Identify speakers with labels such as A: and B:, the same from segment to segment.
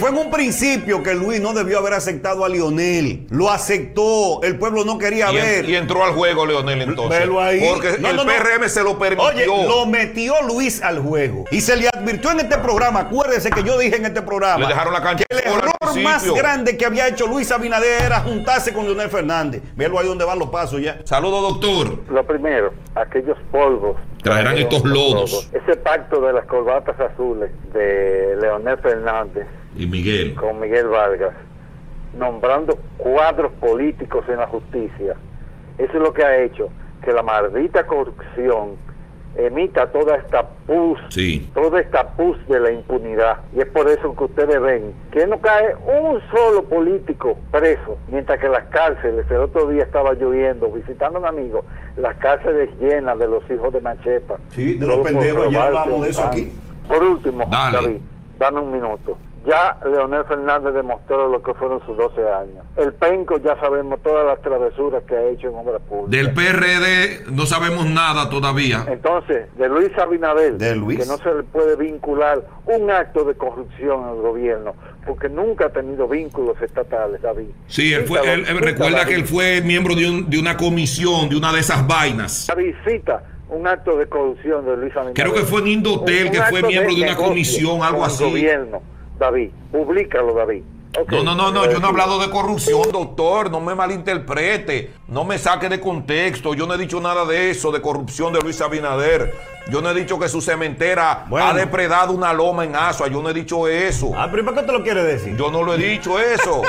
A: Fue en un principio que Luis no debió haber aceptado a Lionel. Lo aceptó. El pueblo no quería
B: Y, en-
A: ver.
B: y entró al juego Leonel entonces.
A: Velo ahí.
B: Porque
A: No,
B: el
A: no, no.
B: PRM se lo permitió.
A: Oye, lo metió Luis al juego. Y se le advirtió en este programa. Acuérdese que yo dije en este programa.
B: Le dejaron la cancha
A: El
B: sola al
A: error más
B: principio.
A: grande que había hecho Luis Abinader era juntarse con Leonel Fernández. Velo ahí donde van los pasos ya.
B: Saludos, doctor.
C: Lo primero, aquellos polvos.
B: Traerán
C: Aquellos
B: estos lodos.
C: Ese pacto de las corbatas azules de Leonel Fernández
B: Y Miguel.
C: con Miguel Vargas, nombrando cuadros políticos en la justicia. Eso es lo que ha hecho que la maldita corrupción emita toda esta pus,
B: Sí.
C: toda esta pus de la impunidad. Y es por eso que ustedes ven que no cae un solo político preso, mientras que las cárceles, el otro día estaba lloviendo, visitando a un amigo, las cárceles llenas de los hijos de Machepa.
A: Sí, de los
C: Todo por
A: pendejos, ya
C: robarse
A: hablamos
C: un
A: de eso
C: pan.
A: aquí.
C: Por último,
B: Dale.
C: David, dame un minuto. Ya Leonel Fernández demostró lo que fueron sus 12 años. El penco ya sabemos todas las travesuras que ha hecho en obra pública.
D: Del PRD no sabemos nada todavía.
C: Entonces, de Luis Abinader,
A: De Luis.
C: que no se le puede vincular un acto de corrupción al gobierno, porque nunca ha tenido vínculos estatales, David.
D: Sí, él fue, él- él
C: Cítalo,
D: recuerda
C: cítalo,
D: que él fue miembro de, un- de una comisión, de una de esas vainas.
C: David, cita un acto de corrupción de Luis Abinader.
D: Creo que fue en Indotel, que fue
C: acto
D: miembro de una
C: negocio
D: comisión, algo
C: con
D: así.
C: El gobierno, David, publícalo, David. Ok,
D: No,
B: No, no, no, yo no he
C: David.
B: hablado de corrupción, doctor. No me malinterprete. No me saque de contexto. Yo no he dicho nada de eso, de corrupción de Luis Abinader. Yo no he dicho que su cementera
A: Bueno.
B: ha depredado una loma en Asua. Yo no he dicho eso.
A: Ah, pero ¿y ¿para qué te lo quieres decir?
B: Yo no lo he dicho eso.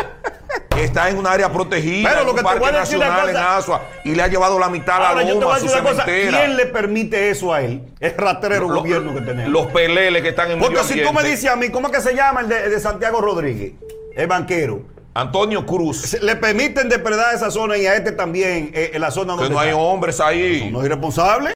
B: Está en un área protegida,
A: Pero
B: en
A: lo
B: un
A: que te
B: parque
A: voy a decir una
B: nacional en
A: cosa-
B: Asua, y le ha llevado la mitad a
A: Ahora, yo
B: la
A: te voy
B: loma
A: a
B: a su
A: decir una cosa.
B: cementera.
A: ¿Quién le permite eso a él? El rastrero
B: Lo-
A: gobierno que tenemos.
B: Los peleles que están en
A: Porque
B: medio
A: si tú me
B: ambiente.
A: dices a mí, ¿cómo es que se llama el de, el de Santiago Rodríguez? El banquero.
B: Antonio Cruz,
A: Se- Le permiten depredar esa zona y a este también, eh, en la zona
B: que
A: donde
B: no hay
A: está.
B: hombres ahí.
A: No es irresponsable.